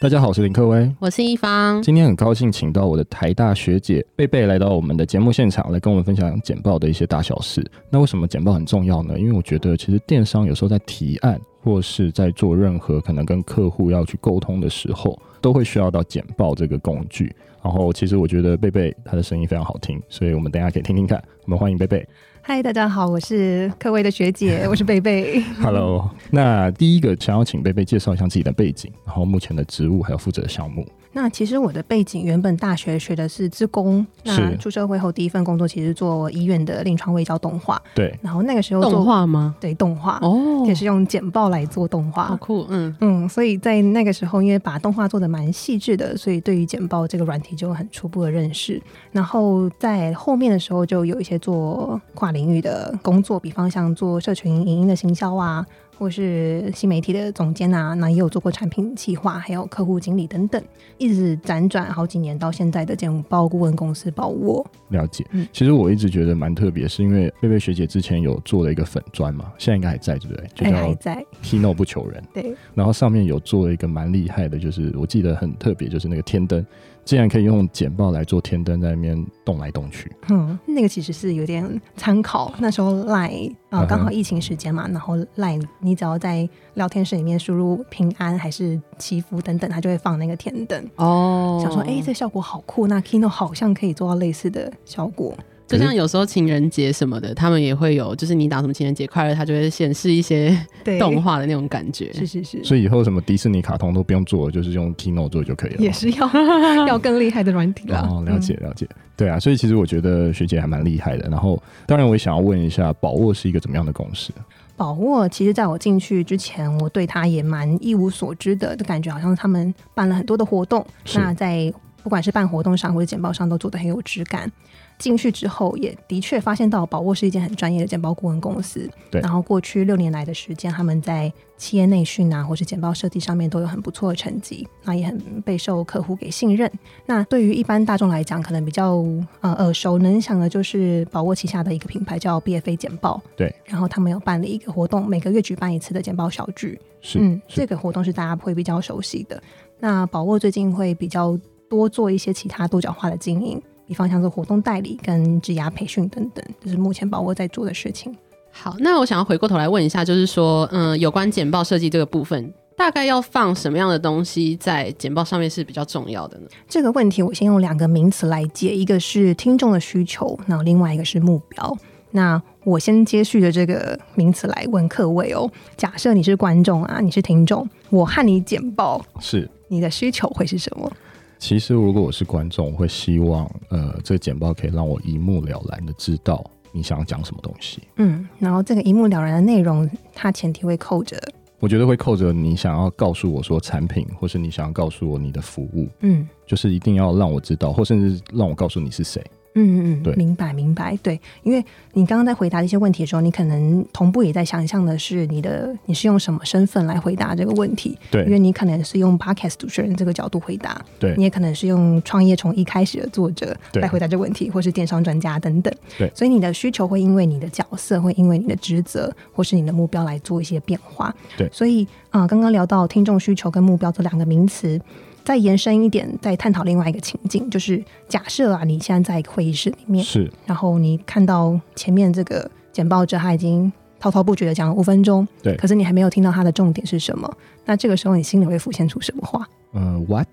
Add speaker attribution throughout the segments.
Speaker 1: 大家好，我是林克威。
Speaker 2: 我是一方，
Speaker 1: 今天很高兴请到我的台大学姐贝贝来到我们的节目现场，来跟我们分享简报的一些大小事。那为什么简报很重要呢？因为我觉得其实电商有时候在提案或是在做任何可能跟客户要去沟通的时候，都会需要到简报这个工具。然后其实我觉得贝贝她的声音非常好听，所以我们等一下可以听听看。我们欢迎贝贝。
Speaker 3: 嗨，大家好，我是科威的学 姐，我是贝贝。
Speaker 1: Hello，那第一个想要请贝贝介绍一下自己的背景，然后目前的职务还有负责的项目。
Speaker 3: 那其实我的背景原本大学学的是自工，那
Speaker 1: 是
Speaker 3: 出社会后第一份工作其实做医院的临床卫教动画，
Speaker 1: 对，
Speaker 3: 然后那个时候做
Speaker 2: 动画吗？
Speaker 3: 对动画，
Speaker 2: 哦
Speaker 3: 也是用简报来做动
Speaker 2: 好
Speaker 3: 画。
Speaker 2: 酷，嗯，
Speaker 3: 嗯，所以在那个时候，因为把动画做的蛮细致的，所以对于简报这个软体就有很初步的认识。然后在后面的时候，就有一些做跨领域的工作，比方像做社群影音的行销啊，或是新媒体的总监啊，那也有做过产品企划，还有客户经理等等，一直辗转好几年，到现在的简报顾问公司宝沃。
Speaker 1: 了解
Speaker 3: 嗯。
Speaker 1: 其实我一直觉得蛮特别，是因为贝贝学姐之前有做了一个粉砖嘛，现在应该还在，对不对？就
Speaker 3: 哎，还
Speaker 1: 叫
Speaker 3: 在
Speaker 1: Kino 不求人。
Speaker 3: 对，
Speaker 1: 然后上面有做了一个蛮厉害的，就是我记得很特别，就是那个天灯，竟然可以用简报来做天灯，在那边动来动去。
Speaker 3: 嗯，那个其实是有点参考。那时候赖
Speaker 1: 嗯
Speaker 3: 啊，
Speaker 1: 哼
Speaker 3: 刚、好疫情时间嘛，然后赖你只要在聊天室里面输入平安还是祈福等等，它就会放那个天灯。
Speaker 2: 哦
Speaker 3: 想说，哎、这效果好酷，那 Kino 好像可以做到类似的效果。
Speaker 2: 就像有时候情人节什么的，他们也会有，就是你打什么情人节快乐，它就会显示一些
Speaker 3: 对，
Speaker 2: 动画的那种感觉。
Speaker 3: 是是是，
Speaker 1: 所以以后什么迪士尼卡通都不用做了，就是用 Kino 做就可以了。
Speaker 3: 也是啊嗯要 要更厉害的软体了。
Speaker 1: 哦，了解了解，对啊，所以其实我觉得学姐还蛮厉害的。然后，当然我也想要问一下，宝沃是一个怎么样的公司？
Speaker 3: 宝沃其实在我进去之前，我对它也蛮一无所知的，就感觉好像他们办了很多的活动，
Speaker 1: 是
Speaker 3: 那在不管是办活动上或者简报上都做得很有质感。进去之后，也的确发现到宝沃是一间很专业的简报顾问公司。
Speaker 1: 对
Speaker 3: 然后过去六年来的时间，他们在企业内训啊，或是简报设计上面都有很不错的成绩，那也很备受客户给信任。那对于一般大众来讲，可能比较呃耳熟能详的就是宝沃旗下的一个品牌叫 BFA 简报。
Speaker 1: 对，
Speaker 3: 然后他们有办了一个活动，每个月举办一次的简报小聚。
Speaker 1: 是、
Speaker 3: 嗯，
Speaker 1: 是
Speaker 3: 这个活动是大家会比较熟悉的。那宝沃最近会比较多做一些其他多角化的经营，比方像是活动代理跟职涯培训等等，这、是目前宝沃在做的事情。
Speaker 2: 好，那我想要回过头来问一下，就是说，嗯，有关简报设计这个部分，大概要放什么样的东西在简报上面是比较重要的呢？
Speaker 3: 这个问题我先用两个名词来解，一个是听众的需求，然后另外一个是目标。那我先接续的这个名词来问各位哦，假设你是观众啊，你是听众，我和你简报，
Speaker 1: 是。
Speaker 3: 你的需求会是什么？
Speaker 1: 其实如果我是观众，我会希望呃，这个简报可以让我一目了然的知道你想要讲什么东西。
Speaker 3: 嗯，然后这个一目了然的内容，它前提会扣着，
Speaker 1: 我觉得会扣着你想要告诉我说产品，或是你想要告诉我你的服务，
Speaker 3: 嗯，
Speaker 1: 就是一定要让我知道，或甚至让我告诉你是谁。
Speaker 3: 嗯嗯
Speaker 1: 对
Speaker 3: 嗯，明白明白，对，因为你刚刚在回答一些问题的时候，你可能同步也在想象的是你的你是用什么身份来回答这个问题，因为
Speaker 1: 对
Speaker 3: 你可能是用 podcast 主持人这个角度回答，
Speaker 1: 对
Speaker 3: 你也可能是用创业从一开始的作者
Speaker 1: 对
Speaker 3: 来回答这个问题，或是电商专家等等，
Speaker 1: 对
Speaker 3: 所以你的需求会因为你的角色，会因为你的职责或是你的目标来做一些变化，
Speaker 1: 对
Speaker 3: 所以啊、呃刚刚聊到听众需求跟目标这两个名词，再延伸一点，再探讨另外一个情境，就是假设啊，你现在在会议室里面，
Speaker 1: 是
Speaker 3: 然后你看到前面这个简报者他已经滔滔不绝的讲了五分钟，
Speaker 1: 对
Speaker 3: 可是你还没有听到他的重点是什么，那这个时候你心里会浮现出什么话？
Speaker 1: 呃，what？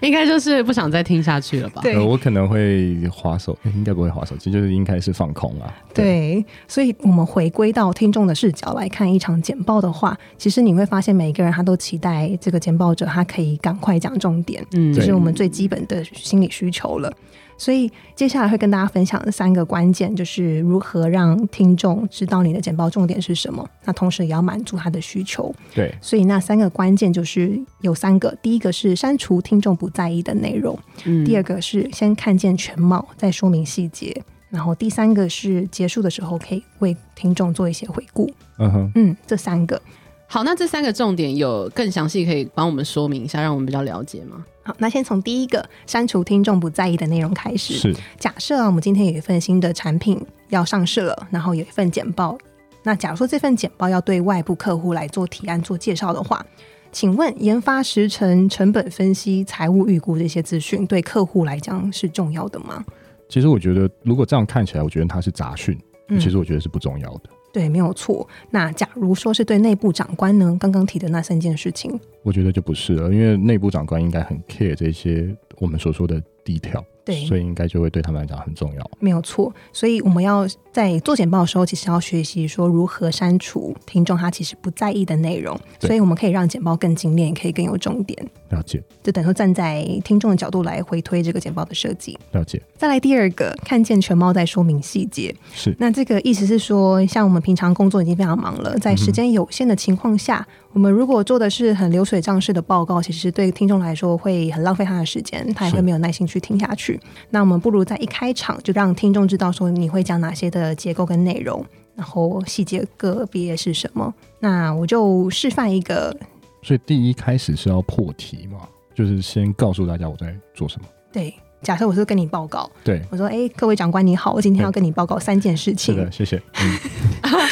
Speaker 2: 应该就是不想再听下去了吧？
Speaker 3: 对
Speaker 1: 呃，我可能会划手，诶应该不会划手机，就是应该是放空啊。
Speaker 3: 对，所以我们回归到听众的视角来看一场简报的话，其实你会发现每一个人他都期待这个简报者他可以赶快讲重点，
Speaker 2: 嗯，
Speaker 3: 这
Speaker 1: 对
Speaker 3: 是我们最基本的心理需求了。所以接下来会跟大家分享三个关键，就是如何让听众知道你的简报重点是什么，那同时也要满足他的需求。
Speaker 1: 对，
Speaker 3: 所以那三个关键就是有三个，第一个是删除听众不在意的内容，
Speaker 2: 嗯
Speaker 3: 第二个是先看见全貌，再说明细节。然后第三个是结束的时候可以为听众做一些回顾，
Speaker 1: 嗯哼，
Speaker 3: 嗯，这三个。
Speaker 2: 好，那这三个重点有更详细可以帮我们说明一下，让我们比较了解吗？
Speaker 3: 好，那先从第一个删除听众不在意的内容开始。
Speaker 1: 是
Speaker 3: 假设啊，我们今天有一份新的产品要上市了，然后有一份简报。那假如说这份简报要对外部客户来做提案、做介绍的话，请问研发时程、成本分析、财务预估这些资讯，对客户来讲是重要的吗？
Speaker 1: 其实我觉得，如果这样看起来，我觉得它是杂讯，
Speaker 3: 嗯
Speaker 1: 其实我觉得是不重要的。
Speaker 3: 对，没有错。那假如说是对内部长官呢？刚刚提的那三件事情，
Speaker 1: 我觉得就不是了，因为内部长官应该很 care 这些我们所说的低调，
Speaker 3: 对
Speaker 1: 所以应该就会对他们来讲很重要。
Speaker 3: 没有错。所以我们要在做简报的时候，其实要学习说如何删除听众他其实不在意的内容，
Speaker 1: 对
Speaker 3: 所以我们可以让简报更精炼，也可以更有重点。
Speaker 1: 了解，
Speaker 3: 就等于说站在听众的角度来回推这个简报的设计。
Speaker 1: 了解，
Speaker 3: 再来第二个，看见全貌再说明细节。
Speaker 1: 是
Speaker 3: 那这个意思是说，像我们平常工作已经非常忙了，在时间有限的情况下，我们如果做的是很流水账式的报告，其实对听众来说会很浪费他的时间，他也
Speaker 1: 是
Speaker 3: 会没有耐心去听下去。那我们不如在一开场就让听众知道说你会讲哪些的结构跟内容，然后细节个别是什么。那我就示范一个，
Speaker 1: 所以第一开始是要破题嘛，就是先告诉大家我在做什么。
Speaker 3: 对，假设我是跟你报告，
Speaker 1: 对，
Speaker 3: 我说：“哎、各位长官你好，我今天要跟你报告三件事
Speaker 1: 是
Speaker 3: 情。
Speaker 1: 的，谢 谢。嗯，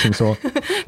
Speaker 1: 请说。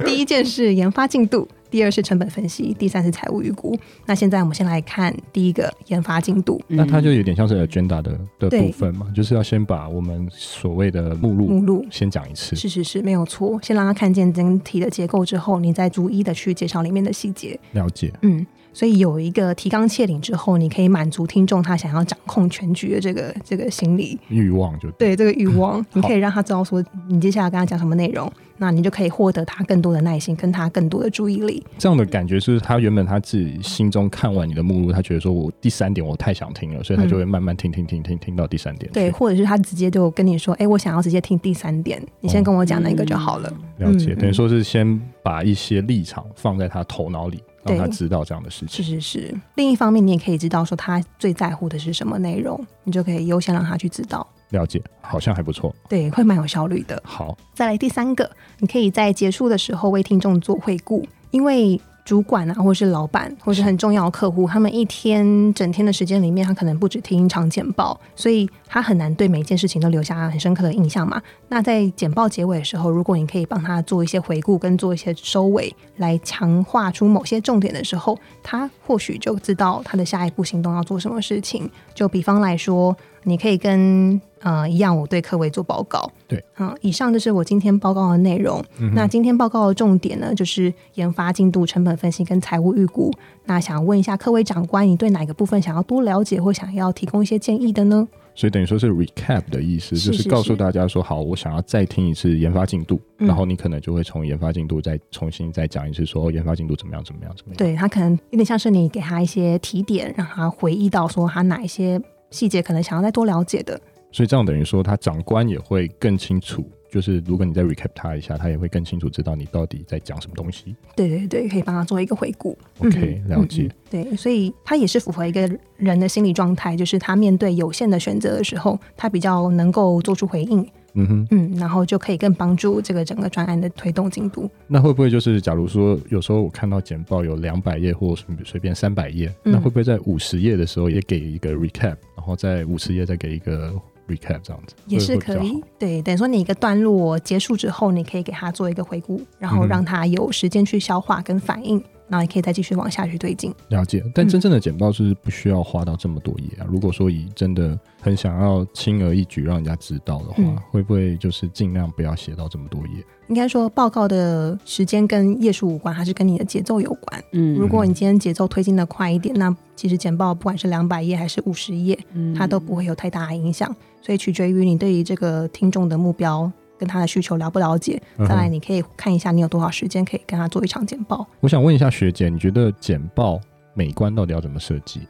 Speaker 3: 第一件是研发进度，第二是成本分析，第三是财务预估。那现在我们先来看第一个研发进度
Speaker 1: 那
Speaker 2: 嗯
Speaker 1: 它就有点像是 agenda 的的
Speaker 3: 对
Speaker 1: 部分嘛，就是要先把我们所谓的目录
Speaker 3: 目录。
Speaker 1: 先讲一次。
Speaker 3: 是是是，没有错。先让他看见整体的结构之后，你再逐一的去介绍里面的细节。
Speaker 1: 了解，
Speaker 3: 嗯，所以有一个提纲挈领之后，你可以满足听众他想要掌控全局的这个这个心理。
Speaker 1: 欲望就
Speaker 3: 对这个欲望，你
Speaker 1: 好
Speaker 3: 可以让他知道说你接下来跟他讲什么内容，那你就可以获得他更多的耐心，跟他更多的注意力。
Speaker 1: 这样的感觉，是他原本他自己心中看完你的目录，他觉得说我第三点我太想听了，所以他就会慢慢听听听听听到第三点去。
Speaker 3: 对，或者是他直接就跟你说：“哎、我想要直接听第三点，你先跟我讲那个就好了。
Speaker 1: 了解，
Speaker 3: 嗯
Speaker 1: 等于说是先把一些立场放在他头脑里，让
Speaker 3: 对
Speaker 1: 他知道这样的事
Speaker 3: 是
Speaker 1: 情。
Speaker 3: 是是。另一方面，你也可以知道说他最在乎的是什么内容，你就可以优先让他去知道。
Speaker 1: 了解，好像还不错。
Speaker 3: 对，会蛮有效率的。
Speaker 1: 好，
Speaker 3: 再来第三个，你可以在结束的时候为听众做回顾，因为主管啊，或是老板，或是很重要的客户，他们一天整天的时间里面，他可能不止听一场简报，所以他很难对每件事情都留下很深刻的印象嘛。那在简报结尾的时候，如果你可以帮他做一些回顾跟做一些收尾，来强化出某些重点的时候，他或许就知道他的下一步行动要做什么事情。就比方来说，你可以跟呃一样，我对科委做报告，好，以上就是我今天报告的内容。
Speaker 1: 嗯
Speaker 3: 那今天报告的重点呢，就是研发进度、成本分析跟财务预估。那想问一下各位长官，你对哪个部分想要多了解或想要提供一些建议的呢？
Speaker 1: 所以等于说是 recap 的意思，
Speaker 3: 是
Speaker 1: 就是
Speaker 3: 是
Speaker 1: 告诉大家说，好，我想要再听一次研发进度，
Speaker 3: 嗯
Speaker 1: 然后你可能就会从研发进度再重新再讲一次，说哦研发进度怎么样，怎么样，怎么样。
Speaker 3: 对他可能有点像是你给他一些提点，让他回忆到说他哪一些细节可能想要再多了解的。
Speaker 1: 所以这样等于说，他长官也会更清楚，就是如果你再 recap 他一下，他也会更清楚知道你到底在讲什么东西。
Speaker 3: 对对对，可以帮他做一个回顾。
Speaker 1: OK，、了
Speaker 3: 嗯
Speaker 1: 解。
Speaker 3: 对，所以他也是符合一个人的心理状态，就是他面对有限的选择的时候，他比较能够做出回应，
Speaker 1: 嗯哼，
Speaker 3: 嗯，然后就可以更帮助这个整个专案的推动进度。
Speaker 1: 那会不会就是，假如说有时候我看到简报有两百页或随随便三百页，
Speaker 3: 嗯
Speaker 1: 那会不会在五十页的时候也给一个 recap，然后在五十页再给一个 recap 这样子？
Speaker 3: 也是
Speaker 1: 会不会
Speaker 3: 可
Speaker 1: 比较
Speaker 3: 以
Speaker 1: 好。，
Speaker 3: 对，等于说你一个段落结束之后，你可以给他做一个回顾，然后
Speaker 1: 嗯哼
Speaker 3: 让他有时间去消化跟反应，然后也可以再继续往下去推进。
Speaker 1: 了解，
Speaker 3: 嗯
Speaker 1: 但真正的简报是不需要花到这么多页啊。如果说以真的很想要轻而易举让人家知道的话，
Speaker 3: 嗯
Speaker 1: 会不会就是尽量不要写到这么多页？
Speaker 3: 应该说，报告的时间跟页数无关，还是跟你的节奏有关。如
Speaker 2: 嗯
Speaker 3: 果你今天节奏推进的快一点，那其实简报不管是两百页还是五十页，
Speaker 2: 嗯
Speaker 3: 它都不会有太大的影响。所以取决于你对于这个听众的目标跟他的需求了不了解。
Speaker 1: 嗯哼
Speaker 3: 再来，你可以看一下你有多少时间可以跟他做一场简报。
Speaker 1: 我想问一下学姐，你觉得简报美观到底要怎么设计？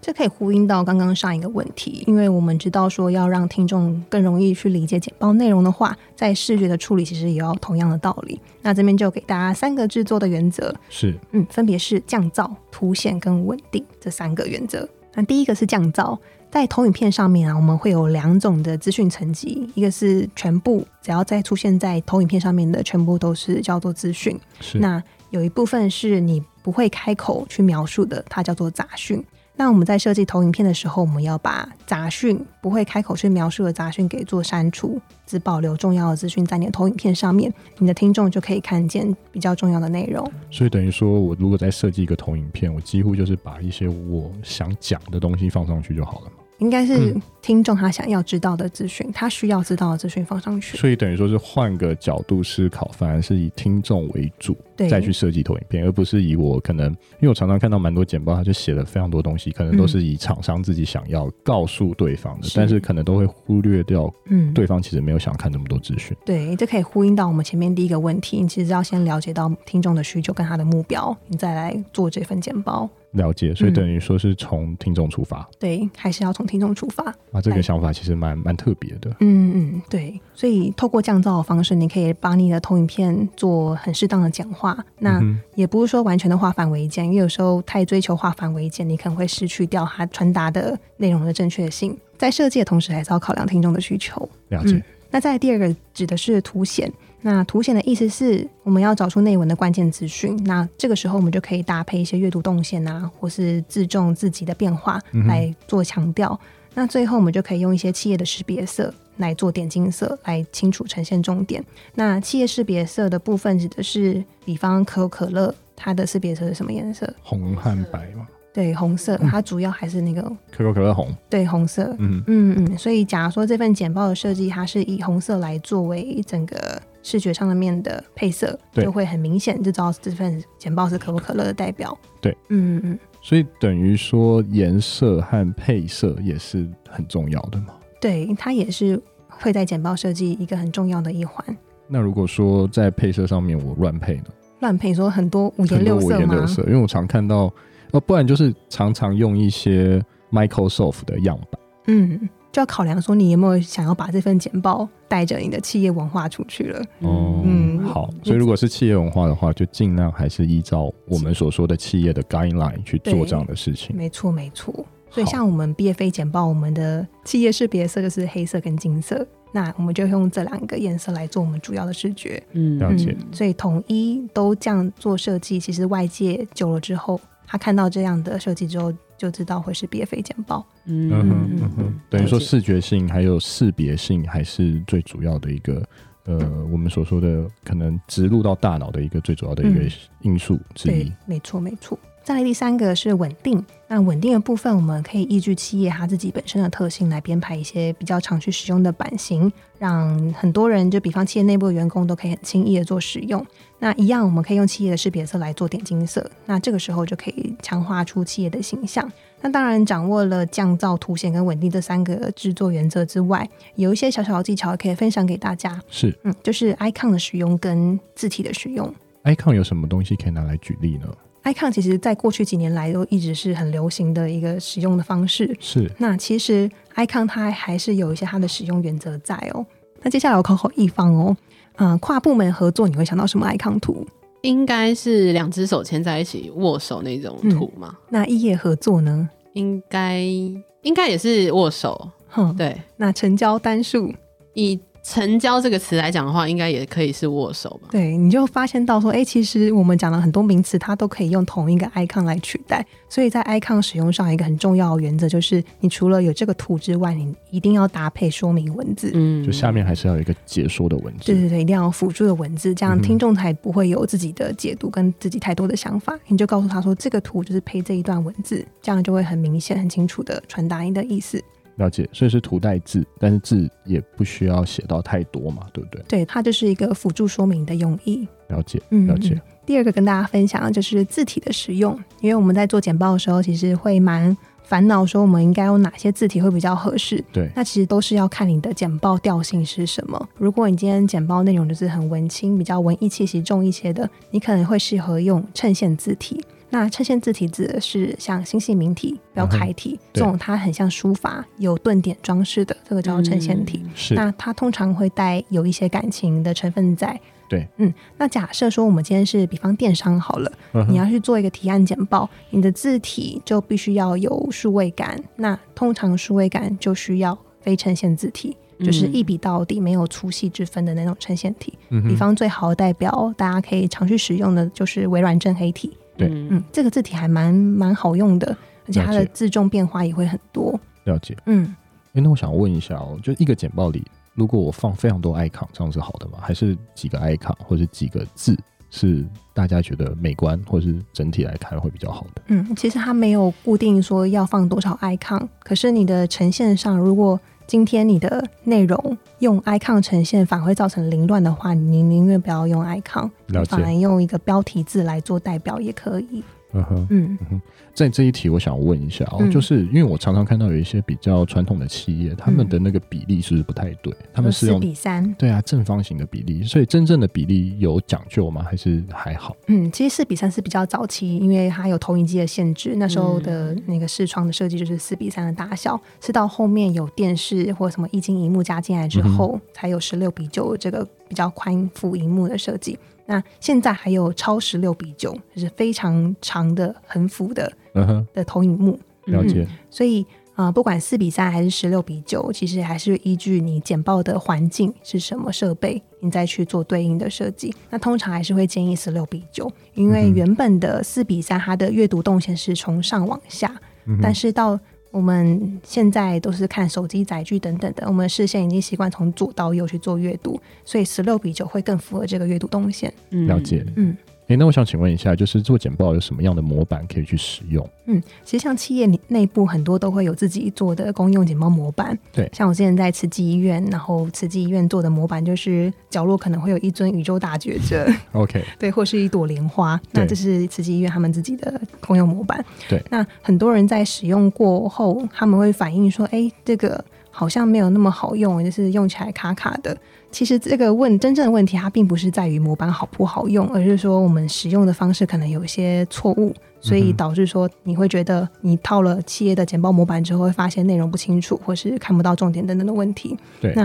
Speaker 3: 这可以呼应到刚刚上一个问题，因为我们知道说要让听众更容易去理解简报内容的话，在视觉的处理其实也要同样的道理。那这边就给大家三个制作的原则，
Speaker 1: 是
Speaker 3: 嗯，分别是降噪、凸显跟稳定这三个原则。那第一个是降噪，在投影片上面啊，我们会有两种的资讯层级，一个是全部，只要再出现在投影片上面的全部都是叫做资讯，
Speaker 1: 是，
Speaker 3: 那有一部分是你不会开口去描述的，它叫做杂讯。那我们在设计投影片的时候，我们要把杂讯不会开口去描述的杂讯给做删除，只保留重要的资讯在你的投影片上面，你的听众就可以看见比较重要的内容。
Speaker 1: 所以等于说，我如果在设计一个投影片，我几乎就是把一些我想讲的东西放上去就好了嘛。
Speaker 3: 应该是
Speaker 1: 嗯
Speaker 3: 听众他想要知道的资讯，他需要知道的资讯放上去。
Speaker 1: 所以等于说是换个角度思考，反而是以听众为主嗯
Speaker 3: 对，
Speaker 1: 再去设计投影片，而不是以我可能，因为我常常看到蛮多简报，他就写了非常多东西，可能都是以厂商自己想要告诉对方的，
Speaker 3: 嗯是
Speaker 1: 但是可能都会忽略掉
Speaker 3: 嗯，
Speaker 1: 对方其实没有想看那么多资讯。
Speaker 3: 对，这可以呼应到我们前面第一个问题，你其实要先了解到听众的需求跟他的目标，你再来做这份简报。
Speaker 1: 了解，所以
Speaker 3: 嗯
Speaker 1: 等于说是从听众出发。
Speaker 3: 对，还是要从听众出发。
Speaker 1: 啊，这
Speaker 3: 哎
Speaker 1: 个想法其实蛮蛮特别的。
Speaker 3: 嗯嗯，对，所以透过降噪的方式，你可以把你的投影片做很适当的简化。那
Speaker 1: 嗯哼
Speaker 3: 也不是说完全的化繁为简，因为有时候太追求化繁为简，你可能会失去掉它传达的内容的正确性。在设计的同时，还是要考量听众的需求。
Speaker 1: 了解
Speaker 3: 嗯，那再来第二个指的是凸显。那凸显的意思是，我们要找出内文的关键资讯。那这个时候，我们就可以搭配一些阅读动线啊，或是字重字级的变化
Speaker 1: 嗯哼
Speaker 3: 来做强调。那最后，我们就可以用一些企业的识别色来做点睛色，来清楚呈现重点。那企业识别色的部分指的是，比方可口可乐，它的识别色是什么颜色？
Speaker 1: 红和白嘛，
Speaker 3: 对，红色，
Speaker 1: 嗯
Speaker 3: 它主要还是那个
Speaker 1: 可口可乐红。
Speaker 3: 对红色，
Speaker 1: 嗯，
Speaker 3: 嗯嗯，所以假如说这份简报的设计，它是以红色来作为整个视觉上的面的配色，
Speaker 1: 对
Speaker 3: 就会很明显就知道这份简报是可口可乐的代表。
Speaker 1: 对，
Speaker 3: 嗯嗯，
Speaker 1: 所以等于说颜色和配色也是很重要的嘛。
Speaker 3: 对，它也是会在简报设计一个很重要的一环。
Speaker 1: 那如果说在配色上面我乱配呢？
Speaker 3: 乱配说很多五颜
Speaker 1: 很多
Speaker 3: 六
Speaker 1: 五
Speaker 3: 色
Speaker 1: 颜
Speaker 3: 吗？
Speaker 1: 六色，因为我常看到，哦，不然就是常常用一些 Microsoft 的样板。
Speaker 3: 嗯，就要考量说你有没有想要把这份简报带着你的企业文化出去了。
Speaker 1: 哦，
Speaker 3: 嗯
Speaker 1: 好，所以如果是企业文化的话，就尽量还是依照我们所说的企业的 guideline 去做
Speaker 3: 对
Speaker 1: 这样的事情。
Speaker 3: 没错，没错。所以
Speaker 1: 好
Speaker 3: 像我们毕业非简报，我们的企业识别色就是黑色跟金色，那我们就用这两个颜色来做我们主要的视觉。
Speaker 2: 嗯
Speaker 1: 了解
Speaker 3: 所以统一都这样做设计，其实外界久了之后，他看到这样的设计之后，就知道会是毕业非简报。
Speaker 2: 嗯
Speaker 1: 嗯
Speaker 3: 哼
Speaker 1: 嗯哼，等于
Speaker 2: 了
Speaker 1: 说
Speaker 2: 解
Speaker 1: 视觉性还有识别性还是最主要的一个呃，我们所说的可能植入到大脑的一个最主要的一个
Speaker 3: 嗯
Speaker 1: 因素之一
Speaker 3: 对。，没错，没错。再来第三个是稳定。那稳定的部分，我们可以依据企业它自己本身的特性来编排一些比较常去使用的版型，让很多人，就比方企业内部的员工都可以很轻易的做使用。那一样，我们可以用企业的识别色来做点睛色。那这个时候就可以强化出企业的形象。那当然，掌握了降噪、凸显跟稳定这三个制作原则之外，有一些小小的技巧也可以分享给大家。
Speaker 1: 是
Speaker 3: 嗯，就是 icon 的使用跟字体的使用。
Speaker 1: icon 哎有什么东西可以拿来举例呢？
Speaker 3: icon 其实在过去几年来都一直是很流行的一个使用的方式。
Speaker 1: 是
Speaker 3: 那其实 icon 它还是有一些它的使用原则在哦。那接下来我考考一方哦，嗯、跨部门合作你会想到什么 icon 图？
Speaker 2: 应该是两只手牵在一起握手那种图嘛，
Speaker 3: 那异业合作呢？
Speaker 2: 应该应该也是握手。
Speaker 3: 哼，
Speaker 2: 对，
Speaker 3: 那成交单数，
Speaker 2: 以成交这个词来讲的话，应该也可以是握手吧。
Speaker 3: 对，你就发现到说，哎，其实我们讲了很多名词，它都可以用同一个 icon 来取代。所以在 icon 使用上，一个很重要的原则就是，你除了有这个图之外，你一定要搭配说明文字。
Speaker 2: 嗯
Speaker 1: 就下面还是要有一个解说的文字。
Speaker 3: 对对对，一定要有辅助的文字，这样
Speaker 1: 嗯哼
Speaker 3: 听众才不会有自己的解读跟自己太多的想法。你就告诉他说，这个图就是配这一段文字，这样就会很明显、很清楚的传达你的意思。
Speaker 1: 了解，所以是图带字，但是字也不需要写到太多嘛，对不对？
Speaker 3: 对，它就是一个辅助说明的用意。
Speaker 1: 了解，
Speaker 3: 嗯
Speaker 1: 了解。
Speaker 3: 第二个跟大家分享的就是字体的使用，因为我们在做简报的时候，其实会蛮烦恼说我们应该用哪些字体会比较合适。
Speaker 1: 对，
Speaker 3: 那其实都是要看你的简报调性是什么。如果你今天简报内容就是很文青、比较文艺气息重一些的，你可能会适合用衬线字体。那衬线字体指的是像新细明体、标楷体、
Speaker 1: 嗯对
Speaker 3: 这种，它很像书法有顿点装饰的，这个叫衬线体。
Speaker 1: 嗯是
Speaker 3: 那它通常会带有一些感情的成分在。
Speaker 1: 对，
Speaker 3: 嗯，那假设说我们今天是比方电商好了，
Speaker 1: 嗯哼
Speaker 3: 你要去做一个提案简报，你的字体就必须要有数位感。那通常数位感就需要非衬线字体，就是一笔到底、没有粗细之分的那种衬线体。
Speaker 1: 嗯哼
Speaker 3: 比方最好的代表，大家可以常去使用的就是微软正黑体。
Speaker 1: 对
Speaker 2: 嗯
Speaker 3: 嗯，这个字体还蛮蛮好用的，而且它的
Speaker 1: 了解
Speaker 3: 自重变化也会很多。
Speaker 1: 了解。
Speaker 3: 嗯，
Speaker 1: 哎，那我想问一下哦，就一个简报里，如果我放非常多 icon，这样是好的吗？还是几个 icon 或者几个字是大家觉得美观，或是整体来看会比较好的？
Speaker 3: 嗯，其实它没有固定说要放多少 icon，可是你的呈现上，如果今天你的内容用 icon 呈现反而会造成凌乱的话，你宁愿不要用 icon，
Speaker 1: 了
Speaker 3: 反而
Speaker 1: 解，
Speaker 3: 用一个标题字来做代表也可以。
Speaker 1: 嗯哼。
Speaker 3: 嗯
Speaker 1: 在这一题，我想问一下哦，
Speaker 3: 嗯
Speaker 1: 就是因为我常常看到有一些比较传统的企业，他们
Speaker 3: 嗯
Speaker 1: 的那个比例是不是不太对？他们是
Speaker 3: 四
Speaker 1: 用
Speaker 3: 比三，
Speaker 1: 对啊正方形的比例，所以真正的比例有讲究吗？还是还好？
Speaker 3: 嗯，其实四比三是比较早期，因为它有投影机的限制，那时候的那个视窗的设计就是四比三的大小，是到后面有电视或什么液晶荧幕加进来之后，才有十六比九这个比较宽幅荧幕的设计。那现在还有超十六比九，就是非常长的横幅的
Speaker 1: 嗯哼，
Speaker 3: 的投影幕，
Speaker 1: 了解。
Speaker 3: 所以。啊、不管四比三还是十六比九，其实还是依据你简报的环境是什么设备，你再去做对应的设计。那通常还是会建议十六比九，因为
Speaker 1: 嗯哼
Speaker 3: 原本的四比三，它的阅读动线是从上往下，
Speaker 1: 嗯哼
Speaker 3: 但是到我们现在都是看手机载具等等的，我们视线已经习惯从左到右去做阅读，所以十六比九会更符合这个阅读动线。
Speaker 2: 嗯
Speaker 1: 了解。
Speaker 3: 嗯
Speaker 1: 诶，那我想请问一下，就是做简报有什么样的模板可以去使用？
Speaker 3: 嗯，其实像企业里内部很多都会有自己做的公用简报模板。
Speaker 1: 对
Speaker 3: 像我之前在慈济医院，然后慈济医院做的模板就是角落可能会有一尊宇宙大觉 者，
Speaker 1: OK，
Speaker 3: 对，或是一朵莲花。
Speaker 1: 对
Speaker 3: 那这是慈济医院他们自己的公用模板。
Speaker 1: 对，
Speaker 3: 那很多人在使用过后，他们会反映说：“哎，这个好像没有那么好用，就是用起来卡卡的。”其实这个问真正的问题，它并不是在于模板好不好用，而是说我们使用的方式可能有一些错误，所以
Speaker 1: 嗯哼
Speaker 3: 导致说你会觉得你套了企业的简报模板之后，会发现内容不清楚，或是看不到重点等等的问题。
Speaker 1: 对
Speaker 3: 那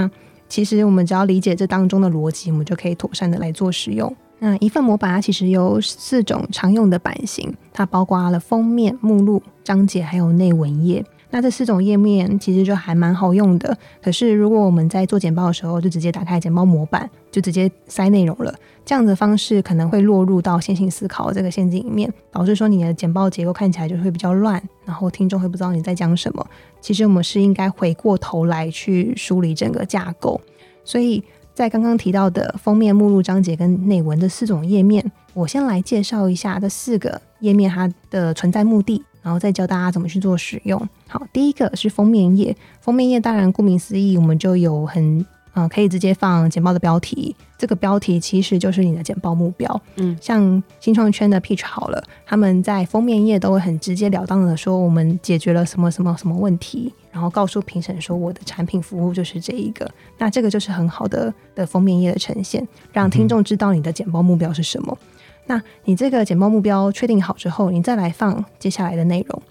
Speaker 3: 其实我们只要理解这当中的逻辑，我们就可以妥善的来做使用。那一份模板它其实有四种常用的版型，它包括了封面、目录、章节还有内文页。那这四种页面其实就还蛮好用的。可是如果我们在做简报的时候，就直接打开简报模板，就直接塞内容了，这样的方式可能会落入到线性思考这个陷阱里面，导致说你的简报结构看起来就会比较乱，然后听众会不知道你在讲什么。其实我们是应该回过头来去梳理整个架构。所以在刚刚提到的封面、目录、章节跟内文这四种页面，我先来介绍一下这四个页面它的存在目的，然后再教大家怎么去做使用。好，第一个是封面页，封面页当然顾名思义，我们就有很。呃，可以直接放简报的标题，这个标题其实就是你的简报目标。
Speaker 2: 嗯
Speaker 3: 像新创圈的 Peach 好了，他们在封面页都会很直截了当的说我们解决了什么什么什么问题，然后告诉评审说我的产品服务就是这一个。那这个就是很好的的封面页的呈现，让听众知道你的简报目标是什么。那你这个简报目标确定好之后，你再来放接下来的内容。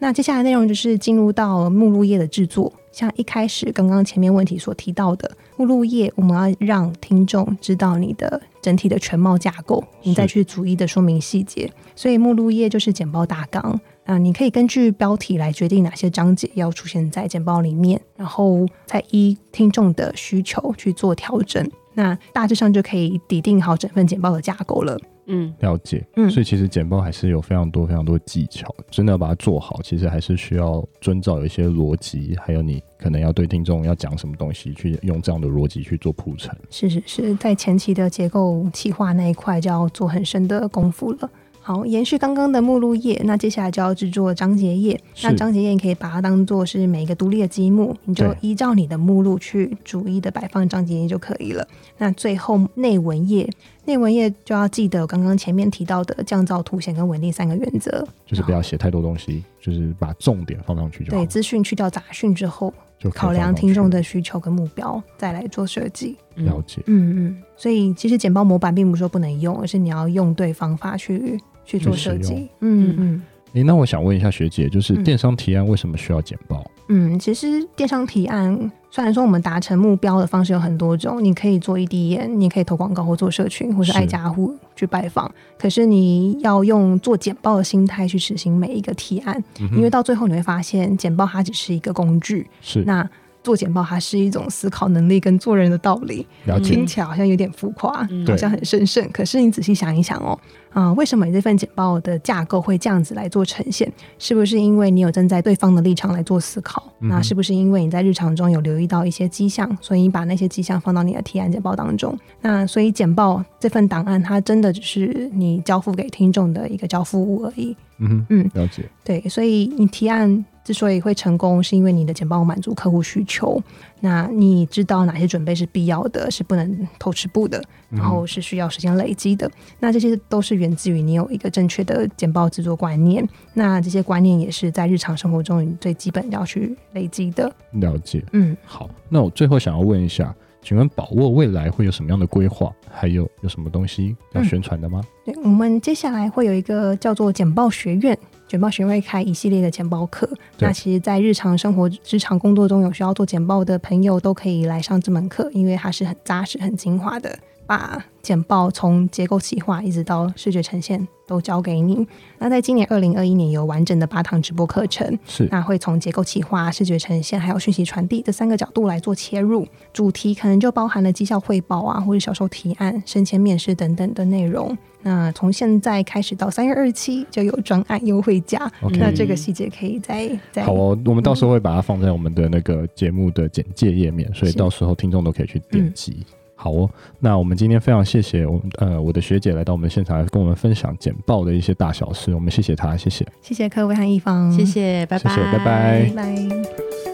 Speaker 3: 那接下来内容就是进入到目录页的制作，像一开始刚刚前面问题所提到的目录页，我们要让听众知道你的整体的全貌架构，你再去逐一的说明细节。所以目录页就是简报大纲。啊，你可以根据标题来决定哪些章节要出现在简报里面，然后再依听众的需求去做调整。那大致上就可以底定好整份简报的架构了。
Speaker 2: 嗯
Speaker 1: 了解。
Speaker 3: 嗯
Speaker 1: 所以其实简报还是有非常多非常多技巧，真的要把它做好，其实还是需要遵照有一些逻辑，还有你可能要对听众要讲什么东西，去用这样的逻辑去做铺陈。
Speaker 3: 是是是，在前期的结构企划那一块就要做很深的功夫了。好，延续刚刚的目录页，那接下来就要制作章节页。那
Speaker 1: 是
Speaker 3: 章节页你可以把它当做是每一个独立的积木，你就
Speaker 1: 对
Speaker 3: 依照你的目录去逐一的摆放章节页就可以了。那最后内文页，内文页就要记得我刚刚前面提到的降噪、凸显跟稳定三个原则。
Speaker 1: 就是不要写太多东西，就是把重点放上去就好
Speaker 3: 对，
Speaker 1: 了。
Speaker 3: 资讯去掉杂讯之后，
Speaker 1: 就可以
Speaker 3: 考量
Speaker 1: 放上去
Speaker 3: 听众的需求跟目标，再来做设计。
Speaker 2: 嗯
Speaker 1: 了解。
Speaker 3: 嗯嗯，所以其实简报模板并不是说不能用，而是你要用对方法去去做
Speaker 1: 去使
Speaker 3: 设计
Speaker 1: 用。
Speaker 3: 嗯
Speaker 2: 嗯
Speaker 3: 嗯
Speaker 1: 诶，那我想问一下学姐，就是
Speaker 3: 嗯
Speaker 1: 电商提案为什么需要简报？
Speaker 3: 嗯，其实电商提案虽然说我们达成目标的方式有很多种，你可以做 EDM，你可以投广告或做社群，或是
Speaker 1: 是
Speaker 3: 挨家户去拜访，可是你要用做简报的心态去执行每一个提案，
Speaker 1: 嗯哼
Speaker 3: 因为到最后你会发现，简报它只是一个工具，
Speaker 1: 是
Speaker 3: 那。做简报它是一种思考能力跟做人的道理。
Speaker 1: 了解
Speaker 3: 听起来好像有点浮夸，
Speaker 2: 嗯
Speaker 3: 好像很神圣。可是你仔细想一想哦，啊、为什么你这份简报的架构会这样子来做呈现？是不是因为你有站在对方的立场来做思考？
Speaker 1: 嗯哼
Speaker 3: 那是不是因为你在日常中有留意到一些迹象，所以你把那些迹象放到你的提案简报当中？那所以简报这份档案，它真的只是你交付给听众的一个交付物而已。
Speaker 1: 嗯哼
Speaker 3: 嗯，
Speaker 1: 了解，
Speaker 3: 对，所以你提案之所以会成功，是因为你的简报满足客户需求。那你知道哪些准备是必要的，是不能偷吃步的，然后是需要时间累积的。那这些都是源自于你有一个正确的简报制作观念。那这些观念也是在日常生活中你最基本要去累积的。
Speaker 1: 了解。
Speaker 3: 嗯，
Speaker 1: 好，那我最后想要问一下，请问宝沃未来会有什么样的规划？还有有什么东西要
Speaker 3: 嗯
Speaker 1: 宣传的吗？
Speaker 3: 对，我们接下来会有一个叫做简报学院。简报学院会开一系列的简报课，
Speaker 1: 对
Speaker 3: 那其实，在日常生活、职场工作中有需要做简报的朋友，都可以来上这门课，因为它是很扎实、很精华的，把简报从结构企划一直到视觉呈现都教给你。那在今年二零二一年有完整的八堂直播课程，
Speaker 1: 是
Speaker 3: 那会从结构企划、视觉呈现还有讯息传递这三个角度来做切入，主题可能就包含了绩效汇报啊，或者销售提案、升迁面试等等的内容。那从现在开始到三月二期就有专案优惠价，
Speaker 1: OK
Speaker 3: 那这个细节可以再再
Speaker 1: 嗯好哦，我们到时候会把它放在我们的那个节目的简介页面，所以
Speaker 3: 是嗯
Speaker 1: 到时候听众都可以去点击。好哦，那我们今天非常谢谢我们呃我的学姐来到我们现场，跟我们分享简报的一些大小事，我们谢谢她，谢谢。
Speaker 3: 谢谢各位和一方，
Speaker 2: 谢，谢，拜
Speaker 1: 嗯谢
Speaker 2: 拜，
Speaker 1: 谢拜拜
Speaker 3: 拜拜。
Speaker 2: 拜